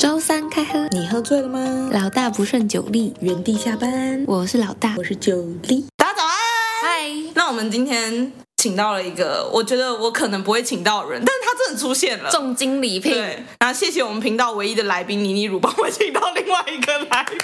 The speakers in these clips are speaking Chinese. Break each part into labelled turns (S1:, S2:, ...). S1: 周三开喝，
S2: 你喝醉了吗？
S1: 老大不顺酒力，
S2: 原地下班，
S1: 我是老大
S2: 我，是九力。大家早安。
S1: 嗨，
S2: 那我们今天请到了一个，我觉得我可能不会请到的人，但是他真的出现了。
S1: 重金礼聘，耶
S3: 嗯
S2: 对，然后谢谢我们频道唯一的来宾妮妮乳帮我请到另外一个来宾。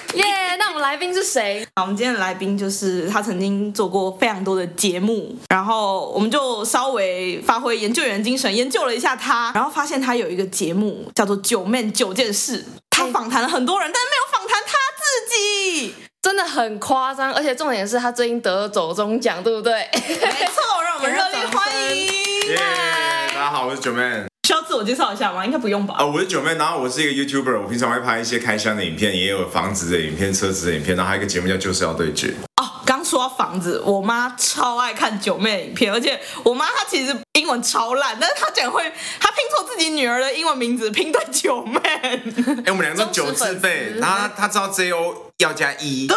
S1: 那我们来宾是谁？
S2: 好，我们今天的来宾就是他曾经做过非常多的节目，然后我们就稍微发挥研究员精神，研究了一下他，然后发现他有一个节目叫做《九妹九件事》，他访谈了很多人，但是没有访谈他自己。
S3: 真的很夸张，而且重点是他最近得了走中奖，对不对？
S2: 没错，让我们热烈欢迎。
S4: 耶大家好，我是九妹
S2: 需要自我介绍一下吗？应该不用吧
S4: 啊，。我是九妹，然后我是一个 YouTuber，我平常会拍一些开箱的影片，也有房子的影片、车子的影片，然后还有一个节目叫《就是要对决》。
S2: 哦，刚说到房子，我妈超爱看九妹的影片，而且我妈她其实英文超烂，但是她讲会，她拼错自己女儿的英文名字，拼对九 妹。
S4: 哎，我们两个都九字辈，然后他他知道 J O 要加一，
S2: 对，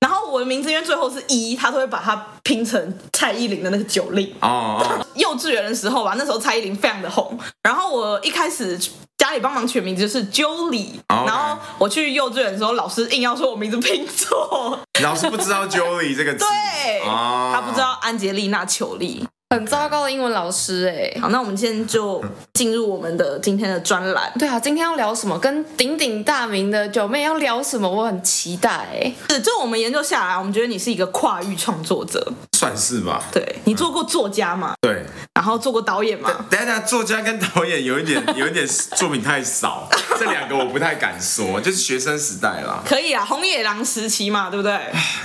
S2: 然后我的名字因为最后是一，她都会把它拼成蔡依林的那个九令。
S4: 哦
S2: 幼稚园的时候吧，那时候蔡依林非常的红，然后我一开始。家里帮忙取名字就是 Jolie，、
S4: 哦，OK
S2: 然后我去幼稚园的时候，老师硬要说我名字拼错，
S4: 哦，老师不知道 Jolie 这个字，
S2: 对，
S4: 哦
S2: 他不知道安杰丽娜·裘丽。
S3: 很糟糕的英文老师哎。
S2: 好，那我们现在就进入我们的今天的专栏，
S3: 对啊，今天要聊什么？跟鼎鼎大名的九妹要聊什么？我很期待哎。
S2: 是就我们研究下来，我们觉得你是一个跨域创作者，
S4: 算是吧。
S2: 对你做过作家嘛，
S4: 对，
S2: 然后做过导演嘛，
S4: 等一下等一下，作家跟导演有 一点有一点作品太少，这两个我不太敢说，就是学生时代啦。
S2: 可以啊，红野狼时期嘛，对不对？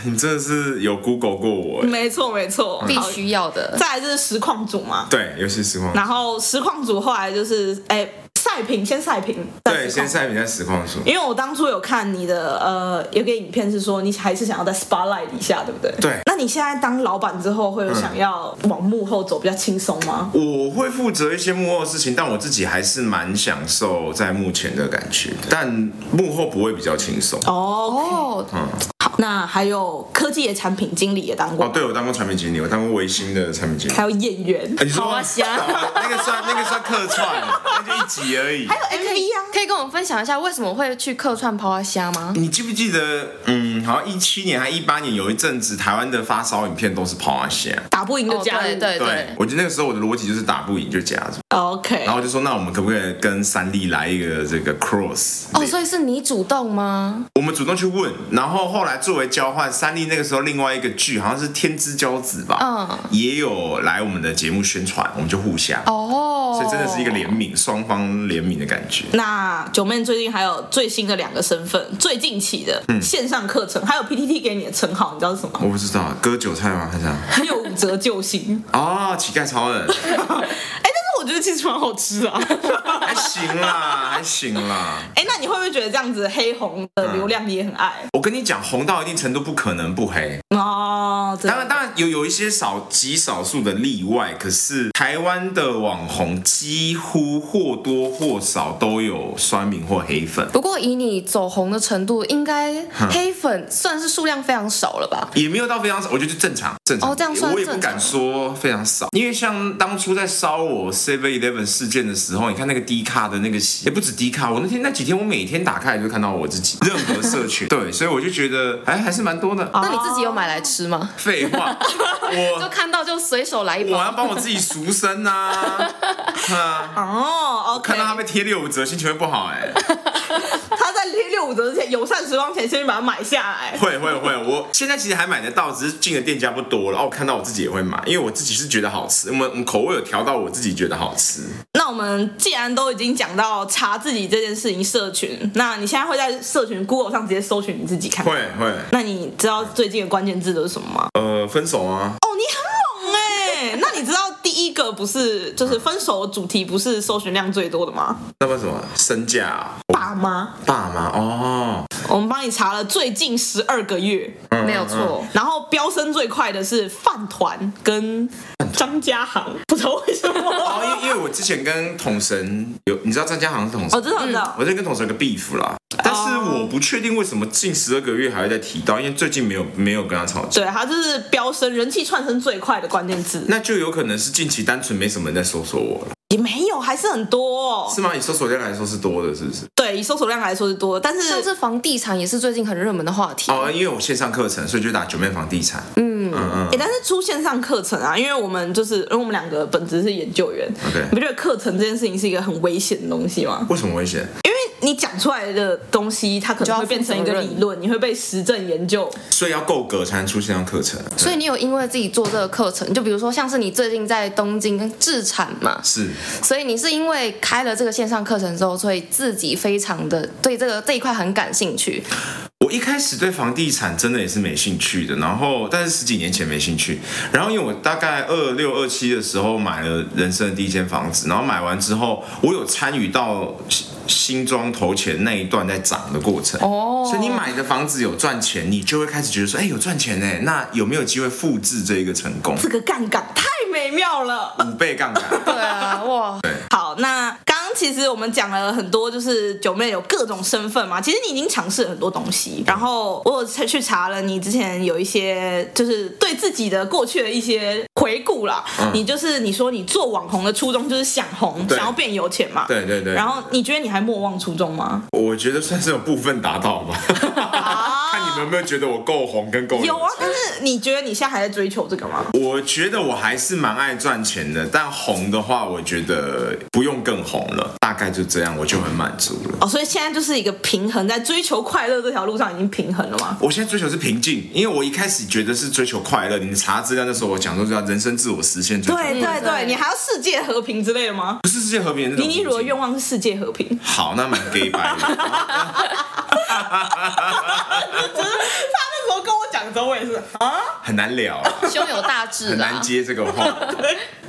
S4: 你真的是有 Google 过我，哎
S2: 没错，没错，
S3: 必
S2: 好。
S3: 须要的，
S2: 再来就是实况组嘛，
S4: 对，游戏实况，
S2: 然后实况组后来就是哎赛评，先赛评，再
S4: 对，
S2: 实况
S4: 先赛比赛实况说，
S2: 因为我当初有看你的呃有个影片是说你还是想要在 spotlight 一下，对不对？
S4: 对嗯
S2: 那你现在当老板之后，会有想要往幕后走比较轻松吗？
S4: 我会负责一些幕后的事情，但我自己还是蛮享受在幕前的感觉，但幕后不会比较轻松。
S2: 哦，
S3: 哦，
S2: 好，那还有科技的产品经理也当过，
S4: 哦，对，我当过产品经理，我当过维新的产品经理。
S2: 还有演员，
S4: 哎你说
S3: 好啊行
S4: 那个算那个算客串，那就一集而已。
S2: 还有 MV 啊。
S3: 可以跟我们分享一下为什么会去客串抛啊虾吗？
S4: 你记不记得，嗯，好像一七年还一八年有一阵子，台湾的发烧影片都是跑啊线。
S2: 打不赢就
S3: 哦，
S2: 加入、
S3: 对对对，
S4: 我觉得那个时候我的逻辑就是打不赢就夹住，
S2: ，OK
S4: 然。后我就说那我们可不可以跟三立来一个这个 cross？
S3: 哦，所以是你主动吗？
S4: 我们主动去问，然后后来作为交换，三立那个时候另外一个剧好像是《天之骄子》吧，
S3: 嗯，
S4: 也有来我们的节目宣传，我们就互相，
S3: 哦，
S4: 所以真的是一个联名，双方联名的感觉。
S2: 那九妹最近还有最新的两个身份，最近期的、线上课程，还有 PTT 给你的称号，你知道是什么吗？
S4: 我不知道割韭菜吗？还是啥？
S2: 六五折救星。
S4: 哦，乞丐超 人，
S2: 哎、但是我觉得其实蛮好吃啊。
S4: 还行啦，还行啦。
S2: 哎、那你会不会觉得这样子黑红的流量你也很爱？
S4: 我跟你讲，红到一定程度不可能不黑，
S2: 哦，真
S4: 当
S2: 的
S4: 然，当然有有一些少极少数的例外，可是台湾的网红几乎或多或少都有酸民或黑粉。
S3: 不过以你走红的程度，应该黑粉算是数量非常少了吧？
S4: 也没有到非常少，我觉得就正常，正常。
S3: 哦这样算
S4: 我也不
S3: 正常
S4: 敢说非常少，因为像当初在烧我 Seven Eleven 事件的时候，你看那个低卡的那个，也不止低卡，我那天那几天我每天打开就会看到我自己，任何社 群，对，所以我就觉得，哎，还是蛮多的。
S3: 那你自己有买来吃吗？
S4: 废话，
S3: 哦就
S4: 我
S3: 看到就随手来一
S4: 我要
S3: 包。
S4: 帮我自己赎身呐、 啊，
S2: 哦，OK。
S4: 看到他被贴六五折，心情会不好哎、
S2: 他在贴六五折之前，友善时光前先把它买下来。
S4: 会会会，我现在其实还买得到，只是进的店家不多了。然后我看到我自己也会买，因为我自己是觉得好吃，我们我们口味有调到我自己觉得好吃。
S2: 那我们既然都已经讲到查自己这件事情，社群，那你现在会在社群 Google 上直接搜寻你自己看？
S4: 会。会，
S2: 那你知道最近的关键字都是什么吗？
S4: 呃，分手啊，
S2: 哦，你很猛哎、那你知道第一个不是就是分手的主题不是搜寻量最多的吗？
S4: 那不然什么身价啊、
S2: 爸妈，
S4: 爸妈哦，
S2: 我们帮你查了最近十二个月，
S3: 没
S4: 嗯
S3: 有错，
S2: 然后飙升最快的是饭团跟张家航，不知道为什么。
S4: 哦，因为因为我之前跟统神有，你知道张家航是统神。
S2: 我知道，知道。
S4: 我在跟统神有个 beef 啦，但是我不确定为什么近十二个月还会再提到，因为最近没有没有跟他吵架，
S2: 对，它就是飙升人气窜升最快的关键字。
S4: 那就有可能是近期单纯没什么人在搜索我了。
S2: 也没有，还是很多、哦。
S4: 是吗？以搜索量来说是多的，是不是？
S2: 对，以搜索量来说是多的，但是
S3: 像是房地产也是最近很热门的话题。
S4: 哦，因为我线上课程，所以就打九面房地产。嗯嗯
S2: 欸，但是出线上课程啊，因为我们就是因为我们两个本职是研究员
S4: OK
S2: 你不觉得课程这件事情是一个很危险的东西吗？
S4: 为什么危险？
S2: 因为你讲出来的东西，它可
S3: 就
S2: 能
S3: 要
S2: 会变成一
S3: 负责
S2: 个
S3: 任
S2: 理论，你会被实证研究。
S4: 所以要够格才能出线上课程。
S3: 所以你有因为自己做这个课程，就比如说像是你最近在东京自产嘛，
S4: 是
S3: 所以你是因为开了这个线上课程之后，所以自己非常的对这个这一块很感兴趣。
S4: 我一开始对房地产真的也是没兴趣的，然后但是十几年前没兴趣，然后因为我大概二六二七的时候买了人生的第一间房子，然后买完之后，我有参与到新新庄投钱那一段在涨的过程。
S3: 哦
S4: 所以你买的房子有赚钱，你就会开始觉得说，哎、有赚钱哎，那有没有机会复制这一个成 功？
S2: 这个杠杆太美妙了。
S4: 五倍杠杆，
S3: 对啊，哇，
S2: 好，那刚刚其实我们讲了很多，就是九妹有各种身份嘛。其实你已经尝试了很多东西，然后我有去查了你之前有一些就是对自己的过去的一些回顾啦。你就是你说你做网红的初衷就是想红，
S4: 对
S2: 想要变有钱嘛。
S4: 对对对
S2: 然后你觉得你还莫忘初衷吗？
S4: 我觉得算是有部分达到吧。 看你们有没有觉得我够红跟够
S2: 啊有啊，但是你觉得你现在还在追求这个吗？
S4: 我觉得我还是蛮爱赚钱的，但红的话，我觉得不用更红了，大概就这样，我就很满足了。
S2: 哦，所以现在就是一个平衡，在追求快乐这条路上已经平衡了吗？
S4: 我现在追求是平静，因为我一开始觉得是追求快乐。你们查资料那时候，我讲说叫人生自我实现追求，
S2: 对对嗯对，
S3: 对
S2: 你还要世界和平之类的吗？
S4: 不是世界和平的那
S2: 你
S4: 种。
S2: 你如果愿望是世界和平，
S4: 好，那蛮 gay 白的。
S2: 他那时候跟我讲的时候，我也是啊，
S4: 很难聊，
S3: 胸有大志
S4: 很难
S3: 啦。
S4: 接这个 话。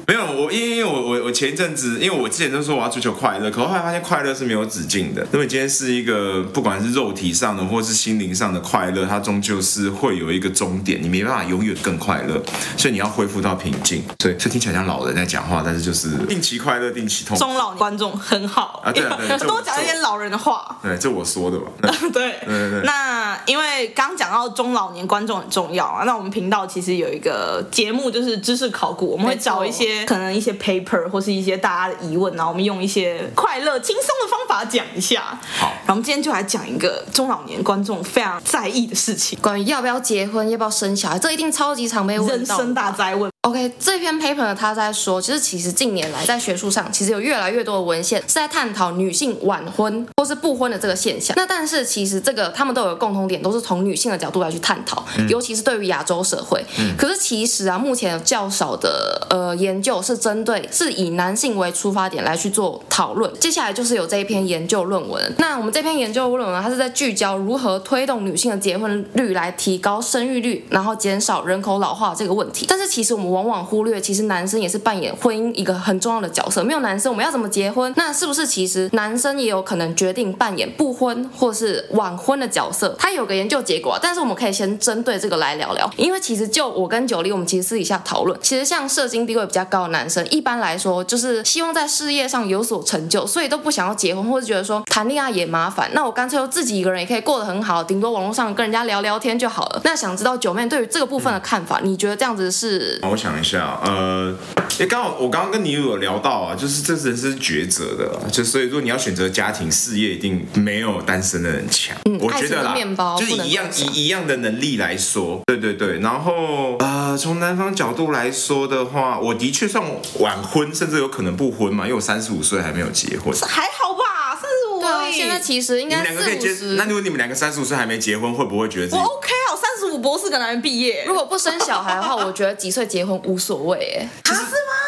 S4: 没有我，因为因为我我我前一阵子，因为我之前都说我要追求快乐，可后来发现快乐是没有止境的。那么今天是一个不管是肉体上的或是心灵上的快乐，它终究是会有一个终点，你没办法永远更快乐，所以你要恢复到平静。所以所以听起来像老人在讲话，但是就是定期快乐，定期痛苦。
S2: 中老观众很好
S4: 啊对 啊对啊这我
S2: 多讲一点老人的话。
S4: 对，这我说的吧。那
S2: 对，
S4: 对对
S2: 那因为刚讲到中老年观众很重要啊，那我们频道其实有一个节目就是知识考古，我们会找一些可能一些 paper 或是一些大家的疑问，然后我们用一些快乐轻松的方法讲一下。
S4: 好
S2: 然后我们今天就来讲一个中老年观众非常在意的事情
S3: 关于要不要结婚、要不要生小孩，这一定超级常
S2: ——
S3: 被问
S2: 人
S3: 到。
S2: 生大灾问。
S3: OK，这篇 paper 呢，他在说，就是其实近年来在学术上，其实有越来越多的文献是在探讨女性晚婚或是不婚的这个现象。那但是其实这个他们都有个共同点，都是从女性的角度来去探讨，尤其是对于亚洲社会。可是其实啊，目前有较少的呃研究是针对是以男性为出发点来去做讨论。接下来就是有这一篇研究论文。那我们这篇研究论文啊，它是在聚焦如何推动女性的结婚率来提高生育率，然后减少人口老化这个问题。但是其实我们往往忽略，其实男生也是扮演婚姻一个很重要的角色。没有男生，我们要怎么结婚？那是不是其实男生也有可能决定扮演不婚或是晚婚的角色？它有个研究结果、啊，但是我们可以先针对这个来聊聊，因为其实就我跟九力，我们其实私底下讨论，其实像社经地位比较高的男生，一般来说就是希望在事业上有所成就，所以都不想要结婚，或者觉得说谈恋爱也麻烦，那我干脆就自己一个人也可以过得很好，顶多网络上跟人家聊聊天就好了。那想知道九妹对于这个部分的看法，你觉得这样子是？
S4: 我想一下，呃，因为刚好我刚刚跟你有聊到啊，就是这人生是抉择的啊、就所以说你要选择家庭事业，一定没有单身的人强。我
S3: 嗯爱
S4: 觉得
S3: 情
S4: 啦
S3: 跟面包，
S4: 就是
S3: 不能
S4: 一样
S3: 共享
S4: 以一样的能力来说，对对对。然后呃，从男方角度来说的话，我的确算晚婚，甚至有可能不婚嘛，因为我三十五岁还没有结婚。
S2: 还好吧，三十五
S3: 对啊，
S2: 而已。
S3: 现在其实应
S4: 你
S3: 该
S4: 们两个可以
S3: 四五
S4: 接，那
S3: 十。
S4: 如果你们两个三十五岁还没结婚，会不会觉得自
S2: 我
S4: 己
S2: OK 啊，我三十五博士可能还没毕业
S3: 如。果不生小孩的 话，我觉得几岁结婚无所谓，哎，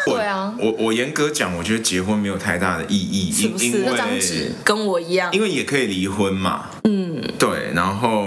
S4: 我
S3: 对啊
S4: 我我严格讲，我觉得结婚没有太大的意义，
S2: 是不是
S4: 因因
S3: 那张纸
S4: 为
S2: 跟我一样，
S4: 因为也可以离婚嘛。嗯，对。然后，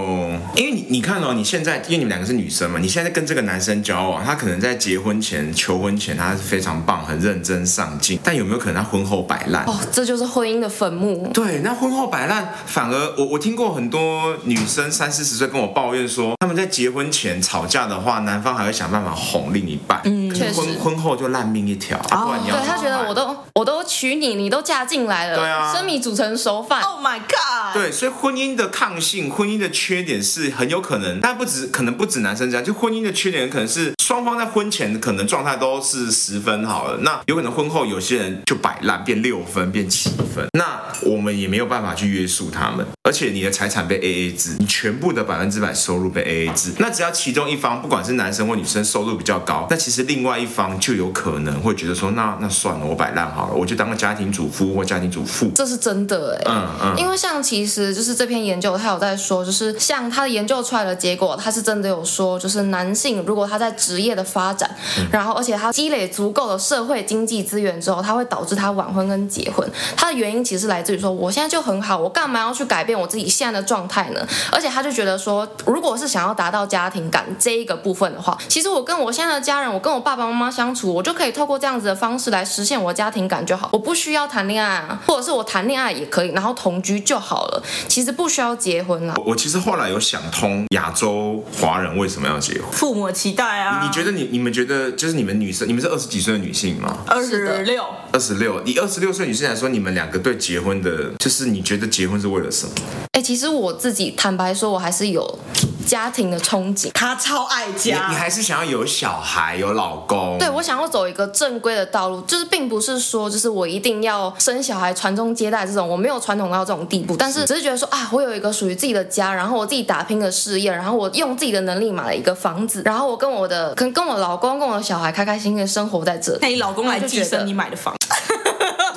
S4: 因为你你看哦，你现在因为你们两个是女生嘛，你现在跟这个男生交往，他可能在结婚前、求婚前，他是非常棒、很认真、上进，但有没有可能他婚后摆烂？
S3: 哦，这就是婚姻的坟墓。
S4: 对，那婚后摆烂，反而我我听过很多女生三四十岁跟我抱怨说，他们在结婚前吵架的话，男方还会想办法哄另一半，嗯，可是
S3: 确实哦
S4: 婚婚后就烂命一条，啊不然你要
S3: 对
S4: 怎
S3: 他
S4: 么
S3: 觉得
S4: 办
S3: 我都我都娶你，你都嫁进来了，
S4: 对啊
S3: 生米煮成熟饭。
S2: Oh my God！
S4: 对，所以婚姻的抗性，婚姻的缺点是很有有可能，但不止可能不止男生这样，就婚姻的缺点可能是双方在婚前可能状态都是十分好了，那有可能婚后有些人就摆烂变六分变七分，那我们也没有办法去约束他们，而且你的财产被 AA 制，你全部的百分之百收入被 AA 制，那只要其中一方不管是男生或女生收入比较高，那其实另外一方就有可能会觉得说，那那算了，我摆烂好了，我就当个家庭主夫或家庭主妇。
S3: 这是真的哎、
S4: 嗯嗯
S3: 因为像其实就是这篇研究，他有在说，就是像他的研究出来的结果，他是真的有说，就是男性如果他在职业的发展，
S4: 嗯
S3: 然后而且他积累足够的社会经济资源之后，他会导致他晚婚跟结婚。他的原因其实是来自于说，我现在就很好，我干嘛要去改变我自己现在的状态呢？而且他就觉得说，如果是想要达到家庭感这一个部分的话，其实我跟我现在的家人，我跟我爸爸妈妈相处，我就可以透过这样子的方式来实现我的家庭感就好，我不需要谈恋爱啊，或者是我谈恋爱也可以，然后同居就好了，其实不需要结婚啦。
S4: 我我其实后来有想通亚洲华人为什么要结婚。
S2: 父母的期待啊。
S4: 你觉得你你们觉得就是你们女生，你们是二十几岁的女性吗？
S2: 二
S3: 是
S2: 十
S3: 的
S2: 六？
S4: 二十六，以二十六岁女性来说，你们两个对结婚的，就是你觉得结婚是为了什么？
S3: 哎，其实我自己坦白说，我还是有家庭的憧憬。
S2: 他超爱
S4: 你
S2: 家，
S4: 你还是想要有小孩，有老公？
S3: 对，我想要走一个正规的道路，就是并不是说就是我一定要生小孩、传宗接代这种，我没有传统到这种地步，但是只是觉得说啊，我有一个属于自己的家，然后我自己打拼的事业，然后我用自己的能力买了一个房子，然后我跟我的跟跟我老公、跟我的小孩开开心心的生活在这里。
S2: 那你老公来继
S3: 我就觉得
S2: 承你买的房，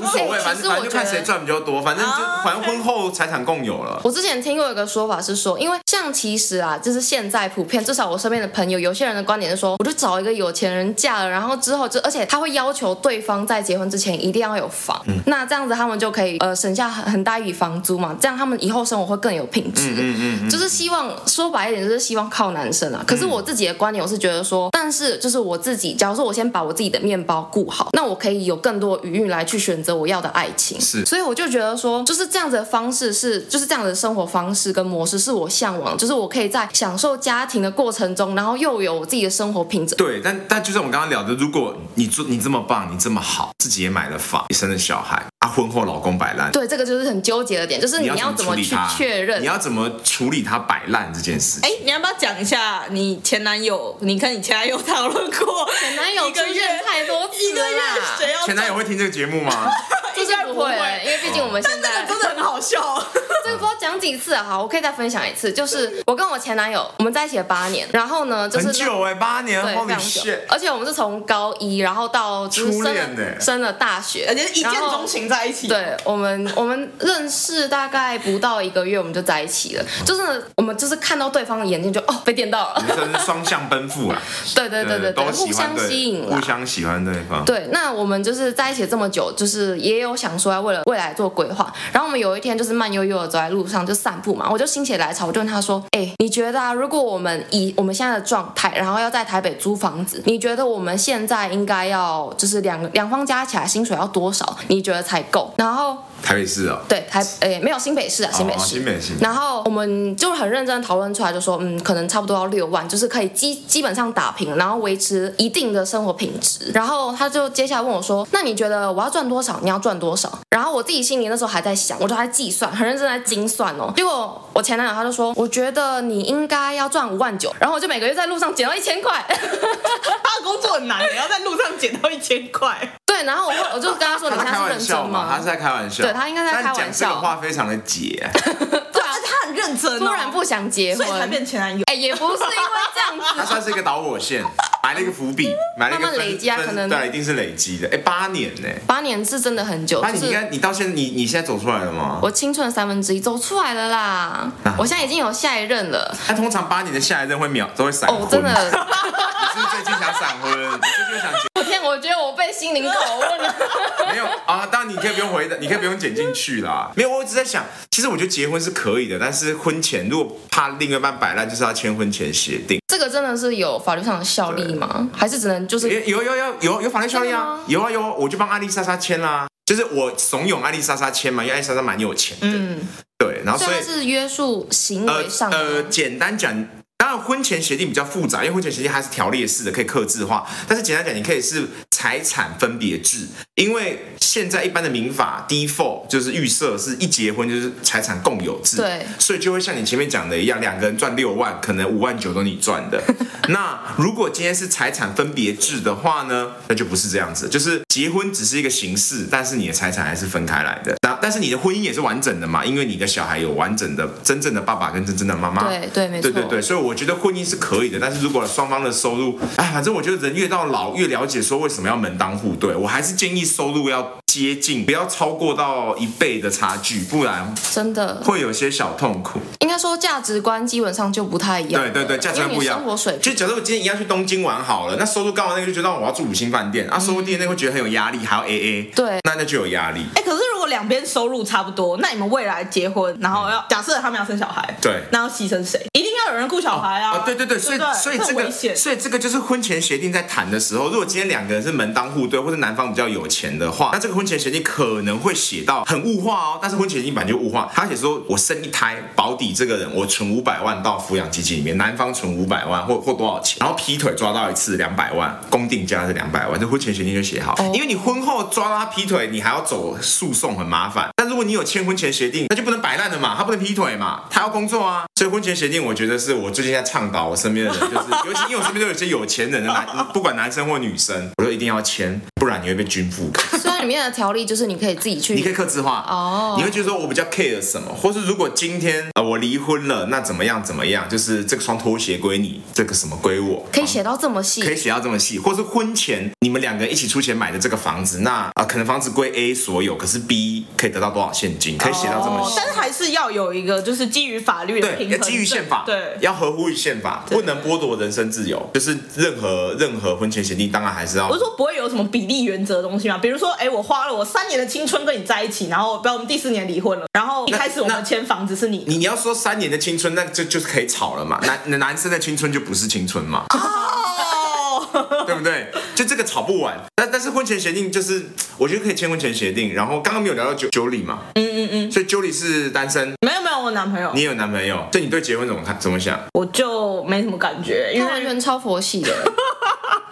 S4: 无所谓，
S3: 哎
S4: 反
S3: 其实
S4: 正反正就
S3: 我觉得
S4: 看谁赚比较多，反正就
S2: 啊
S4: 反正婚后财产共有了。
S3: 我之前听过一个说法是说，因为像其实啊，就是现在普遍，至少我身边的朋友，有些人的观点是说，我就找一个有钱人嫁了，然后之后就，而且他会要求对方在结婚之前一定要有房，那这样子他们就可以呃省下很很大一笔房租嘛，这样他们以后生活会更有品质。
S4: 嗯嗯嗯，
S3: 就是希望说白一点，就是希望靠男生啊。可是我自己的观点，我是觉得说，但是就是我自己，假如说我先把我自己的面包顾好，那我可以有更多余裕来去选择我要的爱情。
S4: 是
S3: 所以我就觉得说，就是这样子的方式是，就是这样子的生活方式跟模式是我向往，就是我可以在享受家庭的过程中，然后又有我自己的生活品质。
S4: 对，但但就是我们刚刚聊的，如果你做你这么棒，你这么好，自己也买了房，也生了小孩，啊，婚后老公摆烂，
S3: 对，这个就是很纠结的点，就是你要怎
S4: 怎么
S3: 么
S4: 处理
S3: 去
S4: 他？
S3: 确认
S4: 你。要怎么处理他摆烂这件事情？
S2: 哎、你要不要讲一下你前男友？你跟你前男友讨论过，前
S3: 男友
S2: 一个
S3: 出
S2: 月
S3: 现太多次
S2: 一个
S3: 了
S2: 月
S3: 啦
S2: 谁要
S4: 前男友会听这个节目吗？
S3: 这是
S2: 应该
S3: 不
S2: 不
S3: 会
S2: 会，
S3: 因为毕竟我们现在
S2: 赚？真的很好 笑。
S3: 这个不知道讲几次啊，好，我可以再分享一次，就是我跟我前男友，我们在一起了八年，然后呢， 就是
S4: 很
S3: 那
S4: 久哎、八年
S3: 对，非
S4: ，Holy
S3: 常久
S4: shit！，
S3: 而且我们是从高一，然后到就是
S4: 初
S3: 升
S4: 恋呢
S3: 了升了大学，
S2: 而且是一见
S3: 然后
S2: 钟情在一起，，
S3: 对我们，我们认识大概不到一个月，我们就在一起了。就是我们就是看到对方的眼睛就哦被电到了，
S4: 你真是双向奔赴啊！
S3: 对 对对对对，
S4: 都
S3: 互
S4: 喜欢
S3: 相
S4: 对
S3: 吸引了
S4: 互。相喜欢对方。
S3: 对，那我们就是在一起这么久，就是也有想说要为了未来做规划。然后我们有一天就是慢悠悠的走在路上就散步嘛，我就心血来潮，我就问他说：“哎、你觉得啊，如果我们以我们现在的状态，然后要在台北租房子，你觉得我们现在应该要就是两个两方加起来薪水要多少？你觉得才够？”然后
S4: 台北市哦，
S3: 对，台诶、没有新北市啊，新北市，
S4: 新北市
S3: 然后我们就很认真地讨论出来，就说嗯，可能差不多要六万，就是可以基基本上打平，然后维持一定的生活品质。然后他就接下来问我说，那你觉得我要赚多少？你要赚多少？然后我自己心里那时候还在想，我就还在计算，很认真地在精算哦。结果我前男友他就说，我觉得你应该要赚五万九，然后我就每个月在路上捡到一千块。
S2: 他的工作很难，你要在路上捡到一千块，
S3: 对，然后我我就跟他说，你
S4: 他
S3: 现
S4: 在开
S3: 在是
S4: 玩
S3: 认真
S4: 笑嘛，他
S3: 吗
S4: 是？在开玩笑，
S3: 对他应该在开玩笑
S4: 但讲这个话非常的解，欸
S2: 对啊，他很认真、哦，
S3: 突然不想结
S2: 所
S3: 婚
S2: 以，才变前男友。
S3: 哎，也不是因为这样子
S4: 他 算是一个导火线，埋了一个伏笔，埋了一个
S3: 慢慢
S4: 分
S3: 累积啊
S4: 分
S3: 可能
S4: 对，一定是累积的。哎，八年呢？
S3: 八年是真的很久，
S4: 那
S3: 就
S4: 啊你
S3: 是
S4: 应该，你到现在，你你现在走出来了吗？
S3: 我青春的三分之一走出来了啦
S4: 那好，
S3: 我现在已经有下一任 了。
S4: 他通常八年的下一任会秒都会闪婚，
S3: 哦，真的，
S4: 你是不是最近想闪婚？你最近想结
S3: 我天，我觉得我被心灵拷问了。
S4: 没有啊？当然你可以不用回答，你可以不用剪进去啦。没有，我一直在想，其实我觉得结婚是可以的，但是婚前如果怕另一半摆烂，就是要签婚前协定。
S3: 这个真的是有法律上的效力吗？还是只能就是？
S4: 有有有有有有法律效力啊，有啊有啊，我就帮艾丽莎莎签啦，就是我怂恿艾丽莎莎签嘛，因为艾丽莎莎蛮有钱的，
S2: 嗯，
S4: 对，然后
S3: 虽
S4: 啊所
S3: 然
S4: 以
S3: 是约束行
S4: 呃
S3: 为上的，
S4: 呃，简单讲。当然，婚前协定比较复杂，因为婚前协定它是条列式的，可以克制化。但是简单讲，你可以是财产分别制，因为现在一般的民法 default 就是预设是一结婚就是财产共有制，
S3: 对
S4: 所以就会像你前面讲的一样，两个人赚六万，可能五万九都你赚 的。那如果今天是财产分别制的话呢，那就不是这样子，就是结婚只是一个形式，但是你的财产还是分开来的。那但是你的婚姻也是完整的嘛，因为你的小孩有完整的真正的爸爸跟真正的妈妈。
S3: 对对没错
S4: 对对对，所以我觉得婚姻是可以的，但是如果双方的收入，哎，反正我觉得人越到老越了解说为什么要门当户对，我还是建议收入要接近，不要超过到一倍的差距，不然
S3: 真的
S4: 会有些小痛苦。
S3: 应该说价值观基本上就不太一样
S4: 对
S3: 了，
S4: 对对，价值观
S3: 因为
S4: 不一
S3: 你
S4: 样。
S3: 生活水平
S4: 就假设我今天一样去东京玩好了，那收入高的那个就觉得我要住五星饭店，啊，收入低的那个会觉得很有压力，还要 A A。
S3: 嗯对
S4: 那那就有压力。
S2: 哎、可是如果两边收入差不多，那你们未来结婚，然后要、假设他们要生小孩，
S4: 嗯对
S2: 那要牺牲谁？一定要有人顾小孩啊！
S4: 啊，对对对，所以
S2: 不
S4: 所以
S2: 很
S4: 这个
S2: 危险
S4: 所以这个就是婚前协定在谈的时候，如果今天两个人是门当户对，或者男方比较有钱的话，那这个婚前协定可能会写到很物化哦。但是婚前协定本来就物化，他写说我生一胎保底这个人，我存五百万到抚养基金里面，男方存五百万或或多少钱，然后劈腿抓到一次两百万，公定价是两百万，这婚前协定就写好，因为你婚后抓到他劈腿，你还要走诉讼，很麻烦。但如果你有签婚前协定，那就不能摆烂了嘛，他不能劈腿嘛，他要工作啊。所以婚前协定，我觉得是我最近在倡导我身边的人，就是 尤其因为我身边都有一些有钱人的男，不管男生或女生，我都一定要签，不然你会被均富感。
S3: 虽然里面的条例就是你可以自己去，
S4: 你可以克制化
S3: 哦
S4: 你会觉得说我比较 care 什么，或是如果今天呃我离婚了，那怎么样怎么样，就是这双拖鞋归你，这个什么归我，
S3: 可以写到这么细，
S4: 可以写到这么细，或是婚前你们两个一起出钱买的这个房子，那啊、呃可能房子归 A 所有，可是 B 可以得到多少现金，可以写到这么
S2: 哦
S4: 细。
S2: 但是还是要有一个就是基于法律的
S4: 对，
S2: 平
S4: 要
S2: 衡，
S4: 基于宪法，
S2: 对。
S4: 要合乎于宪法，
S2: 对
S4: 不能剥夺人身自由。就是任何任何婚前协定，当然还是要
S2: 我是说不会有什么比例原则的东西嘛，比如说，哎，我花了我三年的青春跟你在一起，然后不要我们第四年离婚了，然后一开始我
S4: 那
S2: 们签房子是你的，
S4: 你你要说三年的青春，那就就是可以吵了嘛。男男生的青春就不是青 春嘛，
S2: 哦，
S4: 对不对？就这个吵不完。但但是婚前协定就是，我觉得可以签婚前协定。然后刚刚没有聊到九九里嘛，嗯嗯嗯，所以九里是单身，
S2: 没有没有，我男朋友
S4: 你，有男朋友，所以你对结婚怎么看？怎么想？
S2: 我就没什么感觉，因
S3: 他完
S2: 为
S3: 全超佛系的，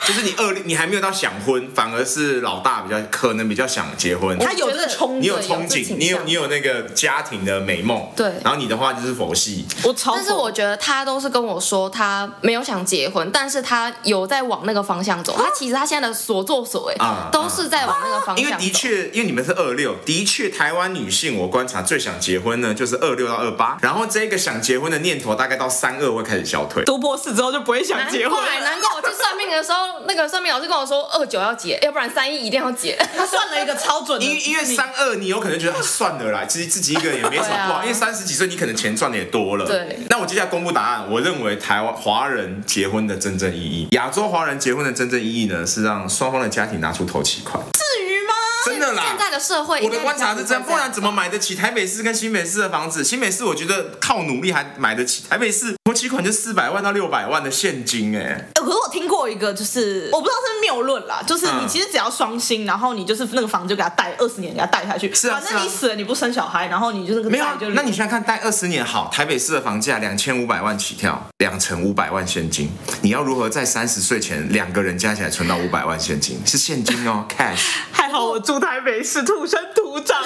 S4: 就是你二，你还没有到想婚，反而是老大比较可能比较想结婚。
S2: 他有这个冲
S4: 你有
S3: 对有
S4: 憧
S3: 这
S4: 憬，
S3: 倾
S4: 你有
S3: 向
S4: 你有那个家庭的美梦，
S3: 对
S4: 然后你的话就是佛系，
S2: 我超，
S3: 但是我觉得他都是跟我说他没有想结婚，但是他有在往那个方向走。他其实他现在的所作所为
S4: 啊
S3: 都是在往那个方
S4: 因为
S3: 向
S4: 的
S3: 走。
S4: 确，因为你们是二六，的确，台湾女性我观察最想结婚呢，就是二六到二八，然后这个想结婚的念头大概到三二会开始消退。
S2: 读博士之后就不会想
S3: 难
S2: 结婚了，
S3: 怪，难怪我去算命的时候，那个算命老师跟我说二九要结，要不然三一一定要结。
S2: 他算了一个超准的
S4: 因
S2: 命，
S4: 为因为三二，你有可能觉得、 啊、算了啦，其实自己一个人也没什么不
S3: 对啊
S4: 好。因为三十几岁，你可能钱赚的也多了。
S3: 对。
S4: 那我接下来公布答案。我认为台湾华人结婚的真正意义，亚洲华人结婚的真正意义呢，是让双方的家庭拿出头期款。至于吗？真的啦。
S3: 现在的社会，
S4: 我的观察是这样，不然怎
S3: 么？
S4: 么买得起台北市跟新北市的房子？新北市我觉得靠努力还买得起，台北市头期款就四百万到六百万的现金哎、
S2: 呃可是我听过一个，就是我不知道是谬论啦，就是
S4: 嗯
S2: 你其实只要双薪，然后你就是那个房就给他贷二十年，给他贷下去，
S4: 是啊
S2: 反
S4: 是啊
S2: 正你死了你不生小孩，然后你就那个
S4: 没有
S2: 债
S4: 啊
S2: 就，
S4: 那你想想看，贷二十年好，台北市的房价两千五百万起跳，两成五百万现金，你要如何在三十岁前两个人加起来存到五百万现金？是现金哦，cash。
S2: 还好我住台北市，土生土长。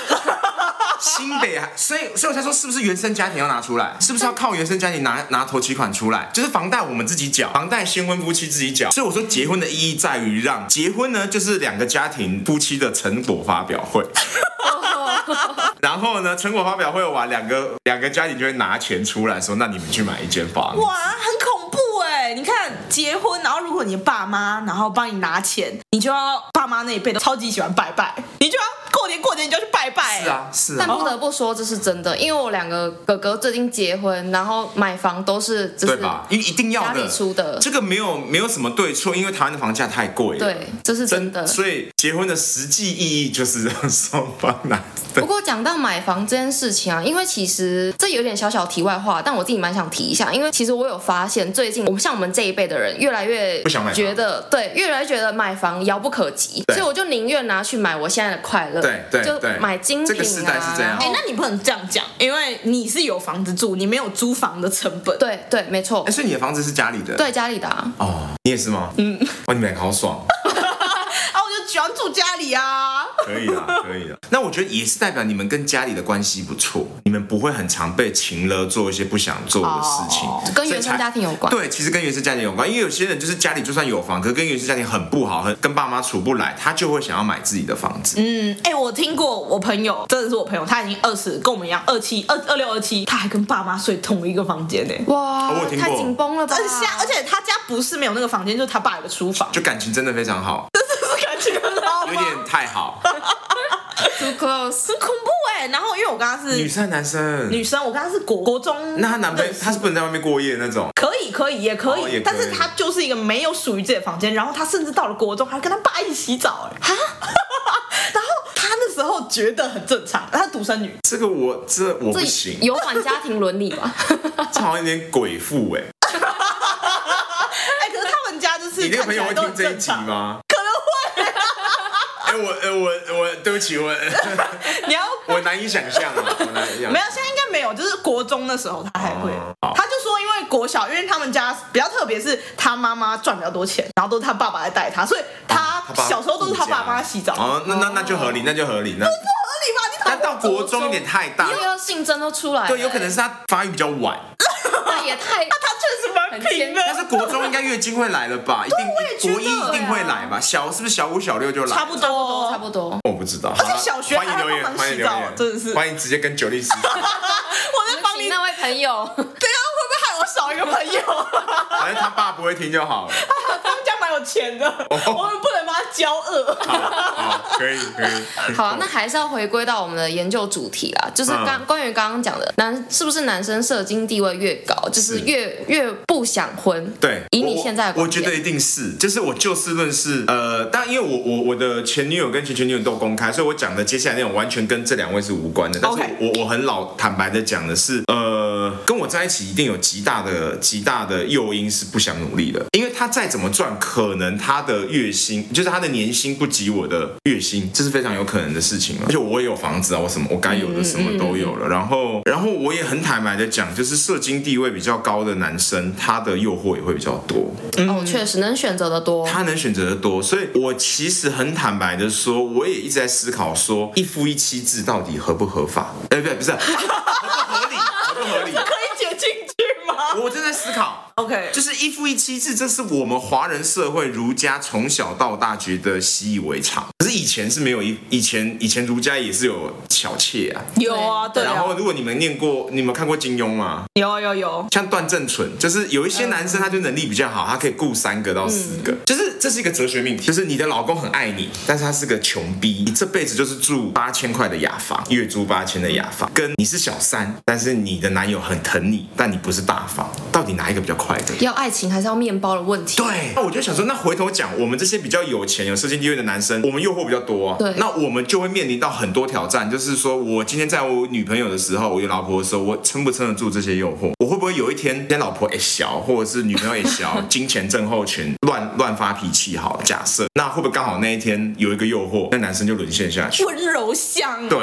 S4: 新北啊，所以所以我才说，是不是原生家庭要拿出来？是不是要靠原生家庭拿拿头期款出来？就是房贷我们自己缴，房贷新婚夫妻自己缴。所以我说，结婚的意义在于让结婚呢，就是两个家庭夫妻的成果发表会。
S3: 哦
S4: 然后呢，成果发表会完，两个两个家庭就会拿钱出来说，那你们去买一间房。
S2: 哇，很恐怖哎、你看结婚，然后如果你的爸妈然后帮你拿钱，你就要爸妈那一辈都超级喜欢拜拜，你就要过年过年你就要去拜欸拜、
S4: 是啊，，是
S3: 哎但
S4: 啊。
S3: 不得不说，这是真的，因为我两个哥哥最近结婚，然后买房都是就是
S4: 对吧？因为一定要
S3: 家里
S4: 的，
S3: 出的，
S4: 这个没有没有什么对错，因为台湾的房价太贵了。
S3: 对，这是真的。
S4: 所以结婚的实际意义就是让双方 拿。
S3: 不过讲到买房这件事情啊，因为其实这有点小小题外话，但我自己蛮想提一下，因为其实我有发现，最近我们像我们这一辈的人，越来越
S4: 不想买房
S3: 觉得对，越来越觉得买房遥不可及，
S4: 对
S3: 所以我就宁愿拿去买我现在的快乐，
S4: 对对
S3: 就
S4: 对
S3: 买精品啊，
S4: 这个时代是这样
S3: 然
S2: 哎、
S3: 后
S2: 那你不能这样讲，因为你是有房子住，你没有租房的成本。
S3: 对对，没错
S4: 哎，，所以你的房子是家里的？。
S3: 对家里的啊，
S4: 哦，你也是吗？嗯。哇，你们两个好爽。
S2: 啊，我就家里啊。
S4: 可以啦， 可以啦。那我觉得也是代表你们跟家里的关系不错，你们不会很常被情了做一些不想做的事情，
S3: 哦跟原生家庭有关
S4: 所以才对，其实跟原生家庭有关，因为有些人就是家里就算有房，可是跟原生家庭很不好，很跟爸妈处不来，他就会想要买自己的房子。
S2: 嗯，哎、我听过我朋友，真的是我朋友，他已经二十，跟我们一样二七二二六二七，他还跟爸妈睡同一个房间呢、
S3: 哇
S4: 哦我有听过
S3: 太紧绷了吧
S2: 而？且像而且他家不是没有那个房间，就是他爸有个厨房，
S4: 就感情真的非常好，
S2: 就是感觉很好
S4: 有点太好。
S3: too close，
S2: 很恐怖哎、然后因为我跟他
S4: 女
S2: 是
S4: 生还是男生，
S2: 女生，我跟他是国国中，
S4: 那她男朋友她是不能在外面过夜那种。
S2: 可以可以也可以，
S4: 哦也可以
S2: 但是他就是一个没有属于自己的房间，然后他甚至到了国中还跟他爸一起洗澡哎、哈， 然后他那时候觉得很正常，他独生女，
S4: 这个我这我不
S3: 这
S4: 行，
S3: 有反家庭伦理吧？
S4: 这好像有点鬼父哎、
S2: 哎、可是他们家就是
S4: 你那
S2: 看
S4: 个朋
S2: 起
S4: 友
S2: 来
S4: 会
S2: 都
S4: 听
S2: 很
S4: 这一
S2: 正
S4: 集
S2: 常。
S4: 吗？可能会、哎、我呃我我对不起我
S2: 你要
S4: 我难以想象啊，我难以想象
S2: 没有，现在应该没有，就是国中的时候他还会
S4: 哦。好
S2: 他就说，因为国小，因为他们家比较特别，是他妈妈赚比较多钱，然后都是他爸爸来带他，所以他
S4: 哦他爸
S2: 小时候都是他爸妈洗澡。合
S4: 哦，那那那就合理，那就合理。那
S2: 理吧？你
S4: 但
S2: 懂
S4: 到国中有点太 大
S3: 因，为要性征都出来了，
S4: 对，有可能是他发育比较晚。
S3: 那也太
S2: 他确实蛮平
S4: 但
S2: 的，
S4: 是国中应该月经会来了吧？一
S2: 觉
S4: 定
S2: 得
S4: 国一一定会来吧？小是不是小五小六就来？
S2: 差不多，
S3: 差不多。
S4: 我不知道。
S2: 而且小学
S4: 欢迎留言，
S2: 还要帮忙
S4: 欢迎留
S2: 洗澡
S4: 言，
S2: 真的是
S4: 欢迎直接跟九 力私讯。
S2: 我在帮你，
S3: 请
S2: 对啊，
S3: 那位朋友，
S2: 会不会害我少一个朋 友？
S4: 反正他爸不会听就好了。
S2: 他们家蛮有钱的，我们不能把他骄恶。
S4: 哦好，好可以可以。
S3: 好啊，那还是要回归到我们的研究主题
S4: 嗯
S3: 啦，就是刚关于刚刚讲的男是不是男生射精地位越高，就是越越不想婚。
S4: 对，
S3: 以你
S4: 我
S3: 现在的
S4: 我
S3: 观
S4: 觉
S3: 点
S4: 得一定是，就是我就事论事，呃，但因为我我我的前女友跟前前女友都公开，所以我讲的接下来内容完全跟这两位是无关的。但是
S2: OK
S4: 我我很老坦白的讲的是，呃，跟我在一起一定有极大的极大的诱因是不想努力的，因为他再怎么赚，可能他的月薪就是他的年薪不及我的月薪，这是非常有可能的事情了。而且我也有房子啊，我什么我该有的什么都有了。然后然后我也很坦白的讲，就是社经地位比较高的男生，他的诱惑也会比较多。
S3: 哦，确实能选择的多。
S4: 嗯他能选择的多，所以我其实很坦白的说，我也一直在思考说，一夫一妻制到底合不合法？哎、不对，不是，合不合理？合不合理？
S2: 可以解进去吗
S4: 我正在思考。
S2: ？OK，
S4: 就是一夫一妻制，这是我们华人社会儒家从小到大觉得习以为常。可是以前是没有一，以前以前儒家也是有小妾啊。
S2: 有啊，对
S4: 然
S2: 啊，
S4: 后如果你们念过，你们看过金庸吗？
S2: 有啊有有，
S4: 像段正淳，就是有一些男生他就能力比较好，他可以雇三个到四个，就是这是一个哲学命题，就是你的老公很爱你，但是他是个穷逼，你这辈子就是住八千块的雅房，月租八千的雅房，跟你是小三，但是你的男友很疼你，但你不是大方，到底哪一个比较快乐？
S3: 要爱情还是要面包的问题？
S4: 对，那我就想说，那回头讲，我们这些比较有钱、有社经地位的男生，我们诱惑比较多啊。
S3: 对
S4: 那我们就会面临到很多挑战，就是说我今天在我女朋友的时候，我有老婆的时候，我撑不撑得住这些诱惑？我会不会有一天，今天老婆也小，或者是女朋友也小，金钱症候群，乱乱发脾气？好，假设那会不会刚好那一天有一个诱惑，那男生就沦陷下去？
S2: 温柔乡。
S4: 对，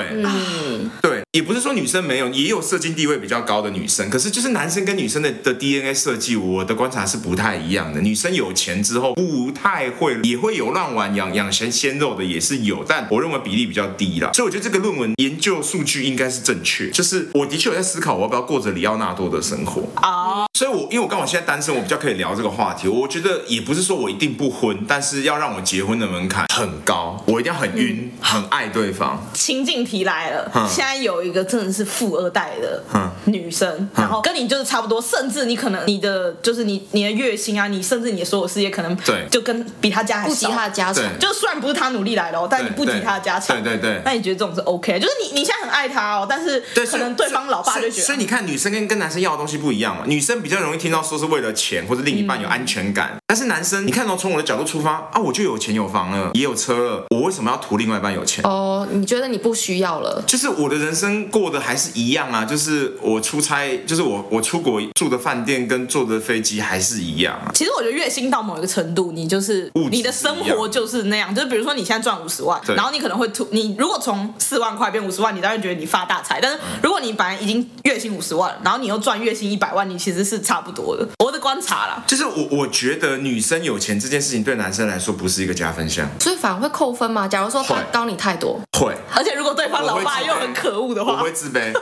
S4: 对，也不是说女生没有，也有社经地位比较高的女生，可是就是男生跟女生的的 DNA 设计，我的观察是不太一样的。女生有钱之后不太会，也会有乱玩养养成鲜肉的也是有，但我认为比例比较低啦。所以我觉得这个论文研究数据应该是正确，就是我的确有在思考我要不要过着里奥纳多的生活。
S2: 啊，
S4: 所以我，因为我刚好现在单身，我比较可以聊这个话题。我觉得也不是说我一定不婚，但是要让我结婚的门槛很高，我一定要很晕、很爱对方。
S2: 情境题来了
S4: 嗯，
S2: 现在有一个真的是富二代的
S4: 嗯
S2: 女生，然后跟你就是差不多，甚至你可能你的就是你你的月薪啊，你甚至你的所有事业可能
S4: 对
S2: 就跟比他家还
S3: 不及
S2: 少。
S3: 他的家
S4: 对
S3: 产。
S2: 就虽然不是他努力来的哦，但你不及他的家产。
S4: 对对对
S2: 那你觉得这种是 OK？就是你你现在很爱他哦，但是
S4: 对，
S2: 可
S4: 所以
S2: 能对方老爸
S4: 所以
S2: 就觉
S4: 所以
S2: 得
S4: 你看，女生跟跟男生要的东西不一样嘛。女生比较容易听到说是为了钱或者另一半有
S2: 嗯
S4: 安全感，但是男生，你看哦，从我的角度出发啊，我就有钱有房了，也有车了，我为什么要图另外一半有钱？
S3: 哦，你觉得你不需要了？
S4: 就是我的人生过得还是一样啊，就是我出差，就是我我出国住的饭店跟坐的飞机还是一样啊。
S2: 其实我觉得月薪到某一个程度，你就是
S4: 物质
S2: 你的生活就是那样。就是比如说你现在赚五十万，
S4: 对
S2: 然后你可能会突，你如果从四万块变五十
S4: 嗯
S2: 万，你当然觉得你发大财。但是如果你本来已经月薪五十万，然后你又赚月薪一百万，你其实是是差不多的，我的观察啦。
S4: 就是我我觉得女生有钱这件事情对男生来说不是一个加分项，
S3: 所以反而会扣分嘛。假如说他
S4: 会
S3: 高你太多，
S4: 会。
S2: 而且如果对方老爸
S4: 我会自卑
S2: 又很可恶的
S4: 我
S2: 话
S4: 会，自卑。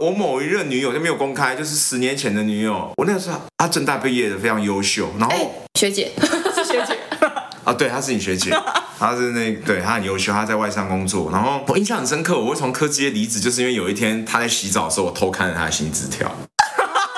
S4: 我某一任女友就没有公开，就是十年前的女友。我那个时候她正大毕业的，非常优秀。然后、
S3: 哎、学姐，
S2: 是学 姐，
S4: 啊，对，她是你学姐， 她是那对，她很优秀，她在外商工作。然后我印象很深刻，我会从科技业离职，就是因为有一天她在洗澡的时候，我偷看了她的薪资条。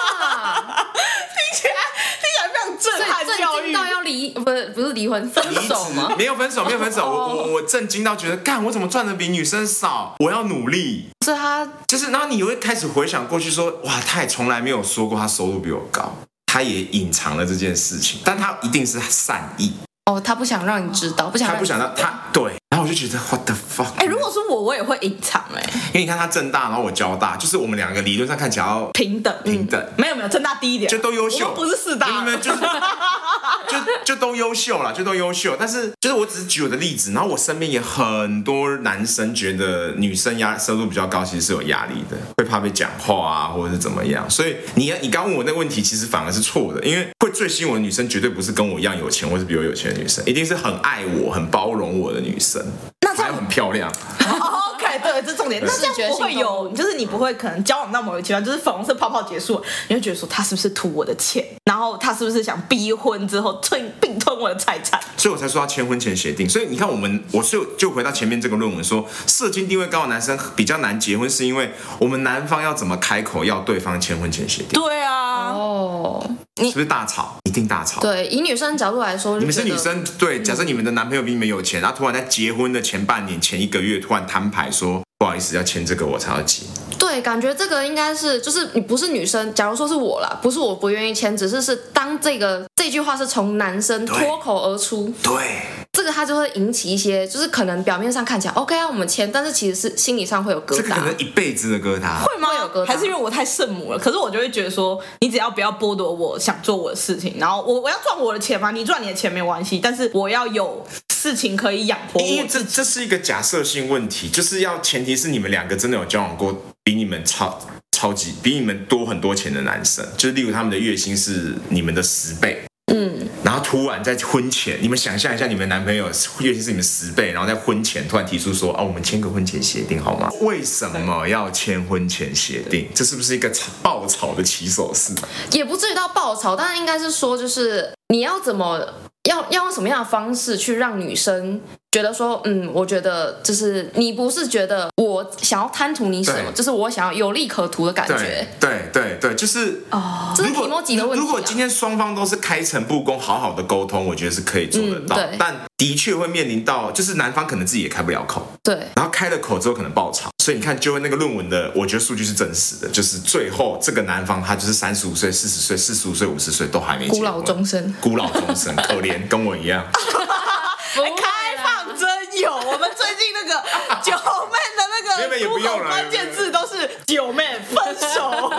S3: 啊
S2: 听起来听起来非常
S3: 所
S2: 震撼
S3: 以
S2: 教
S3: 震
S2: 育
S3: 惊。到要离，不是不是离婚，分
S4: 离职
S3: 手吗？
S4: 没有分手，没有分手。我我我震惊到觉得，干，我怎么赚的比女生少？我要努力。
S3: 是他
S4: 就是，然后你会开始回想过去说，哇，他也从来没有说过他收入比我高，他也隐藏了这件事情，但他一定是善意，
S3: 哦，他不想让你知道，不想
S4: 他
S3: 让
S4: 不
S3: 你
S4: 想让他对。然后我就觉得 what the fuck？
S2: 啊哎、如果是我，我也会隐藏哎、
S4: 因为你看他正大，然后我交大，就是我们两个理论上看起来要
S2: 平等，
S4: 平等
S2: 嗯没有没有，正大低一点，
S4: 就都优秀，
S2: 我们不是四大，
S4: 没有没有 就是就就都优秀啦，就都优秀。但是就是我只是举我的例子，然后我身边也很多男生觉得女生压收入比较高，其实是有压力的，会怕被讲话啊，或者是怎么样。所以你你刚问我那个问题，其实反而是错的，因为会最吸引我的女生，绝对不是跟我一样有钱或是比我有钱的女生，一定是很爱我、很包容我的女生，
S2: 那这
S4: 还
S2: 样
S4: 有很漂亮。
S2: 哦 OK，对，这重点。那这
S3: 视觉
S2: 样不
S3: 性
S2: 会有，就是你不会可能交往到某一个阶段，就是粉红色泡泡结束，你会觉得说他是不是图我的钱，然后他是不是想逼婚之后吞并吞我的财 产？
S4: 所以我才说要签婚前协定。所以你看，我们我就就回到前面这个论文说，社经地位高的男生比较难结婚，是因为我们男方要怎么开口要对方签婚前协定，
S2: 对啊，
S3: 哦，
S4: 是不是大吵？一定大吵。
S3: 对，以女生角度来说，
S4: 你们
S3: 就是觉得
S4: 女，生，对，假设你们的男朋友比你们有钱，然后突然在结婚的前半年、前一个月突然摊牌说，不好意思，要签这个我才要结。
S3: 对，感觉这个应该是就是你不是女生，假如说是我啦，不是我不愿意签，只是是当这个这句话是从男生
S4: 对
S3: 脱口而出，
S4: 对，
S3: 这个他就会引起一些，就是可能表面上看起来 OK 啊，我们签，但是其实是心理上会有疙
S4: 这个可
S3: 瘩
S4: 能。一辈子的疙瘩。
S2: 会吗
S3: 会有疙？瘩
S2: 还是因为我太圣母了？可是我就会觉得说，你只要不要剥夺我想做我的事情，然后我我要赚我的钱嘛，你赚你的钱没关系，但是我要有事情可以养活
S4: 因为
S2: 我。
S4: 这这是一个假设性问题，就是要前提是你们两个真的有交往过比你们超超级比你们多很多钱的男生，就是例如他们的月薪是你们的十倍。嗯，然后突然在婚前，你们想象一下，你们男朋友月薪是你们十倍，然后在婚前突然提出说，哦，我们签个婚前协定好吗？为什么要签婚前协定？这是不是一个吵爆炒的起手式？
S3: 也不至于到爆炒，但是应该是说，就是你要怎么要要用什么样的方式去让女生觉得说，嗯，我觉得就是你不是觉得我想要贪图你什么，
S4: 对
S3: 就是我想要有利可图的感
S4: 对
S3: 觉。
S4: 对对对，就是
S3: 这是
S4: 如
S3: 提
S4: 果
S3: 莫吉的问题、啊。
S4: 如果今天双方都是开诚布公、好好的沟通，我觉得是可以做得
S3: 嗯
S4: 到。
S3: 对
S4: 但的确会面临到，就是男方可能自己也开不了口，
S3: 对
S4: 然后开了口之后可能爆吵。所以你看，就会那个论文的，我觉得数据是真实的，就是最后这个男方他就是三十五岁、四十岁、四十五岁、五十岁都还没结婚
S3: 孤老终生，
S4: 孤老终生，可怜，跟我一样。
S2: 哎开放真有，我们最近那个 九妹的那
S4: 没有没有
S2: 个
S4: 也不
S2: Google
S4: 用啦
S2: 关键字都是九妹分 手。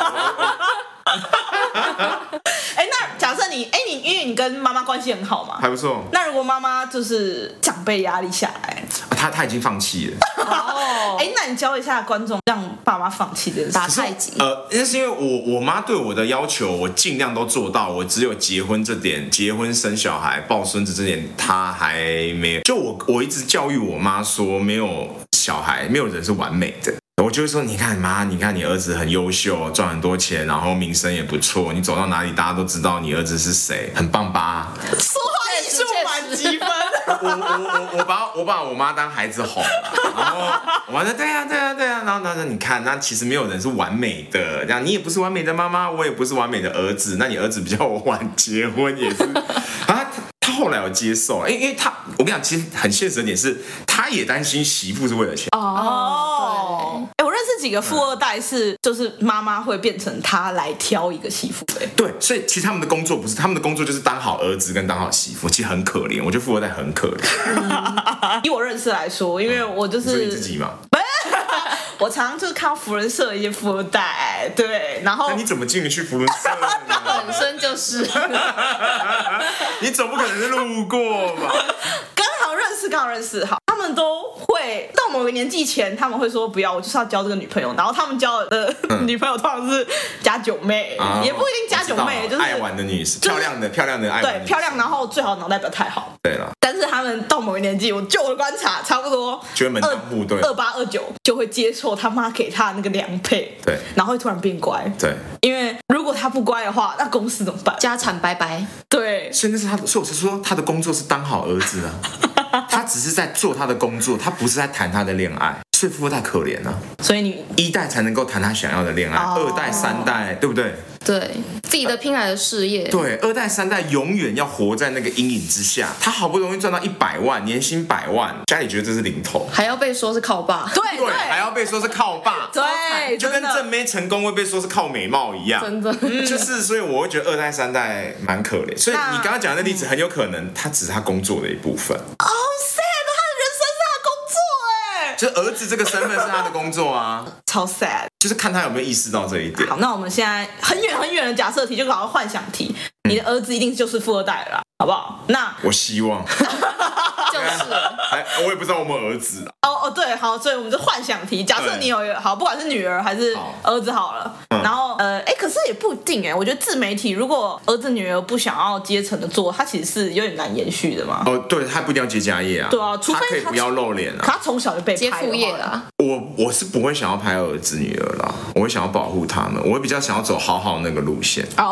S2: 哎，那假设你哎你因为你跟妈妈关系很好嘛，
S4: 还不错，
S2: 那如果妈妈就是长辈压力下来，
S4: 啊他他已经放弃了。
S3: 哦，
S2: 哎，那你教一下观众让爸妈放弃这件事
S3: 打。太极。
S4: 呃，那是因为我我妈对我的要求，我尽量都做到。我只有结婚这点，结婚生小孩、抱孙子这点，她还没有。就我我一直教育我妈说，没有小孩，没有人是完美的。我就会说，你看妈，你看你儿子很优秀，赚很多钱，然后名声也不错。你走到哪里，大家都知道你儿子是谁，很棒吧？
S2: 说话艺术满哎
S3: 哎
S2: 积分，
S4: 我我我我把我把我妈当孩子哄，啊然后我妈说对呀、对呀、啊对呀、然后她说你看，那其实没有人是完美的，这样你也不是完美的妈妈，我也不是完美的儿子，那你儿子比较晚结婚也是啊。他后来有接受，因为因为他，我跟你讲，其实很现实的点是，他也担心媳妇是为了钱，
S2: 哦，哎、我认识几个富二代是，就是妈妈会变成他来挑一个媳妇、哎，
S4: 对，所以其实他们的工作不是，他们的工作就是当好儿子跟当好媳妇，其实很可怜，我觉得富二代很可怜，
S2: 以我认识来说，因为我就
S4: 嗯你说
S2: 是
S4: 你自己嘛，
S2: 我常常就是看到福人社的一些富二代，对，然后
S4: 哎那你怎么进得去福伦社 呢？
S3: 本身就是，
S4: 你总不可能是路过吧？
S2: 刚好认识，刚好认识，好，他们们都会到某个年纪前，他们会说不要，我就是要交这个女朋友。然后他们交的 女朋友通常是假九妹，
S4: 嗯啊
S2: 也不一定假九妹，
S4: 我知
S2: 就
S4: 道
S2: 是
S4: 爱玩的女生，
S2: 就是
S4: 漂亮的漂亮的爱玩的
S2: 对
S4: 女生
S2: 漂亮，然后最好脑袋不要太好。
S4: 对了，
S2: 但是他们到某个年纪，我就我的观察，差不多
S4: 就会门当户对
S2: 二八二九就会接受他妈给他的那个良配，
S4: 对
S2: 然后会突然变乖，
S4: 对，
S2: 因为如果他不乖的话，那公司怎么办？
S3: 家产拜拜，
S2: 对，
S4: 所以那是他的，所以我是说他的工作是当好儿子 啊，他只是在做他的工作，他不是在谈他的恋爱，所以富二代可怜啊，
S2: 所以你
S4: 一代才能够谈他想要的恋爱，
S2: 哦
S4: 二代三代对不对？
S3: 对自己的拼来的事业，
S4: 对，二代三代永远要活在那个阴影之下，他好不容易赚到一百万，年薪百万，家里觉得这是零头，
S3: 还要被说是靠爸，
S2: 哎对
S4: 对，还要被说是靠爸，
S2: 对，
S4: 就跟
S2: 真的
S4: 正妹成功会被说是靠美貌一样，
S3: 真的。
S4: 就是，所以我会觉得二代、三代蛮可怜。所以
S2: 那
S4: 你刚刚讲的那例子，
S2: 嗯
S4: 很有可能他只是他工作的一部分，
S2: 好 sad，他啊的人生是他的工作哎、
S4: 就是儿子这个身份是他的工作啊，
S2: 超 sad。
S4: 就是看他有没有意识到这一点
S2: 好，。那我们现在很远很远的假设题，就搞个幻想题，你的儿子一定就是富二代了啦，好不好？那
S4: 我希望，
S3: 就是
S4: 哎，我也不知道我们儿子啊，
S2: 哦哦，对，好，所以我们就幻想题，假设
S4: 对
S2: 你有一个好，不管是女儿还是
S4: 好
S2: 儿子好了，
S4: 嗯
S2: 然后呃，哎，可是也不一定哎，我觉得自媒体如果儿子女儿不想要阶层的做，他其实是有点难延续的嘛。
S4: 哦，对他不一定要接家业啊，
S2: 对啊除非
S4: 他可以
S2: 他
S4: 不要露脸啊
S2: 可。他从小就被
S3: 接
S2: 拍
S3: 副业啊
S2: 了
S3: 啦，
S4: 我我是不会想要拍儿子女儿啦，我会想要保护他们，我会比较想要走好好那个路线，
S2: 嘛。哦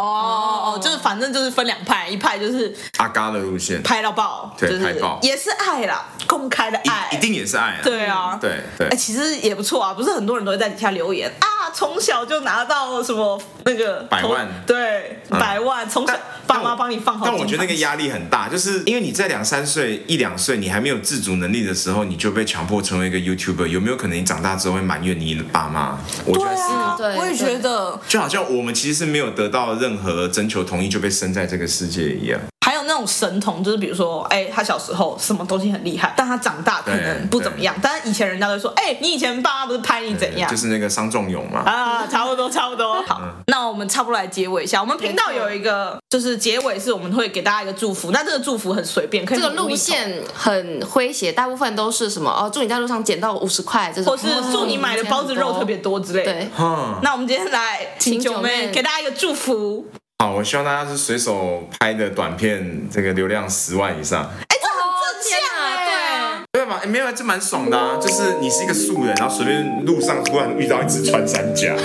S2: 哦哦，就是反正就是分两派，一派就是
S4: 阿嘎的路线，
S2: 拍到爆，
S4: 对
S2: 就是
S4: 拍爆
S2: 也是爱啦，公开的爱，
S4: 一一定也是爱啊。
S2: 对啊，
S4: 对对
S2: 哎、，其实也不错啊，不是很多人都会在底下留言啊，从小就拿到什么那个
S4: 百万
S2: 投对，
S4: 嗯
S2: 百万，从小爸妈帮你放好
S4: 但
S2: 金
S4: 我
S2: 盘。
S4: 觉得那个压力很大，就是因为你在两三岁、一两岁，你还没有自主能力的时候，你就被强迫成为一个 YouTuber，有没有可能你长大之后会埋怨你的爸妈？我觉
S2: 对
S4: 得是。
S2: 啊，
S3: 嗯对
S2: 我也觉得。
S4: 就好像我们其实是没有得到任何征求同意就被生在这个世界一样，
S2: 还有那种神童，就是比如说，哎、他小时候什么东西很厉害，但他长大可能
S4: 对
S2: 不怎么样。但是以前人家都说，哎、你以前爸妈不是拍你怎样？
S4: 就是那个伤仲永嘛，
S2: 啊，差不多，差不多。好，那我们差不多来结尾一下。我们频道有一个，就是结尾是我们会给大家一个祝福，那这个祝福很随便，可以
S3: 这个
S2: 很无厘
S3: 路
S2: 头
S3: 线很诙谐，大部分都是什么哦，祝你在路上捡到五十块这种，哦
S2: 或是祝你买的包子肉特别多之类的。
S3: 对，
S4: 哼。
S2: 那我们今天来请
S3: 请
S2: 九
S3: 九
S2: 妹
S3: 妹
S2: 给大家一个祝福。
S4: 好，我希望大家是随手拍的短片，这个流量十万以上，
S2: 哎，这很正
S3: 哦天
S2: 向
S3: 哪
S2: 哎、
S3: 对啊，
S4: 对吧？诶没有，这蛮爽的啊，就是你是一个素人，然后随便路上突然遇到一只穿山 甲，
S2: 哎、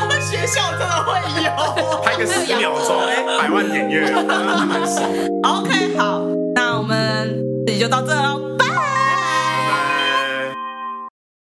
S2: 我们学校真的会有。
S4: 拍个十秒钟，哎、百万点阅，蛮爽。
S2: OK，好，那我们这里就到这喽，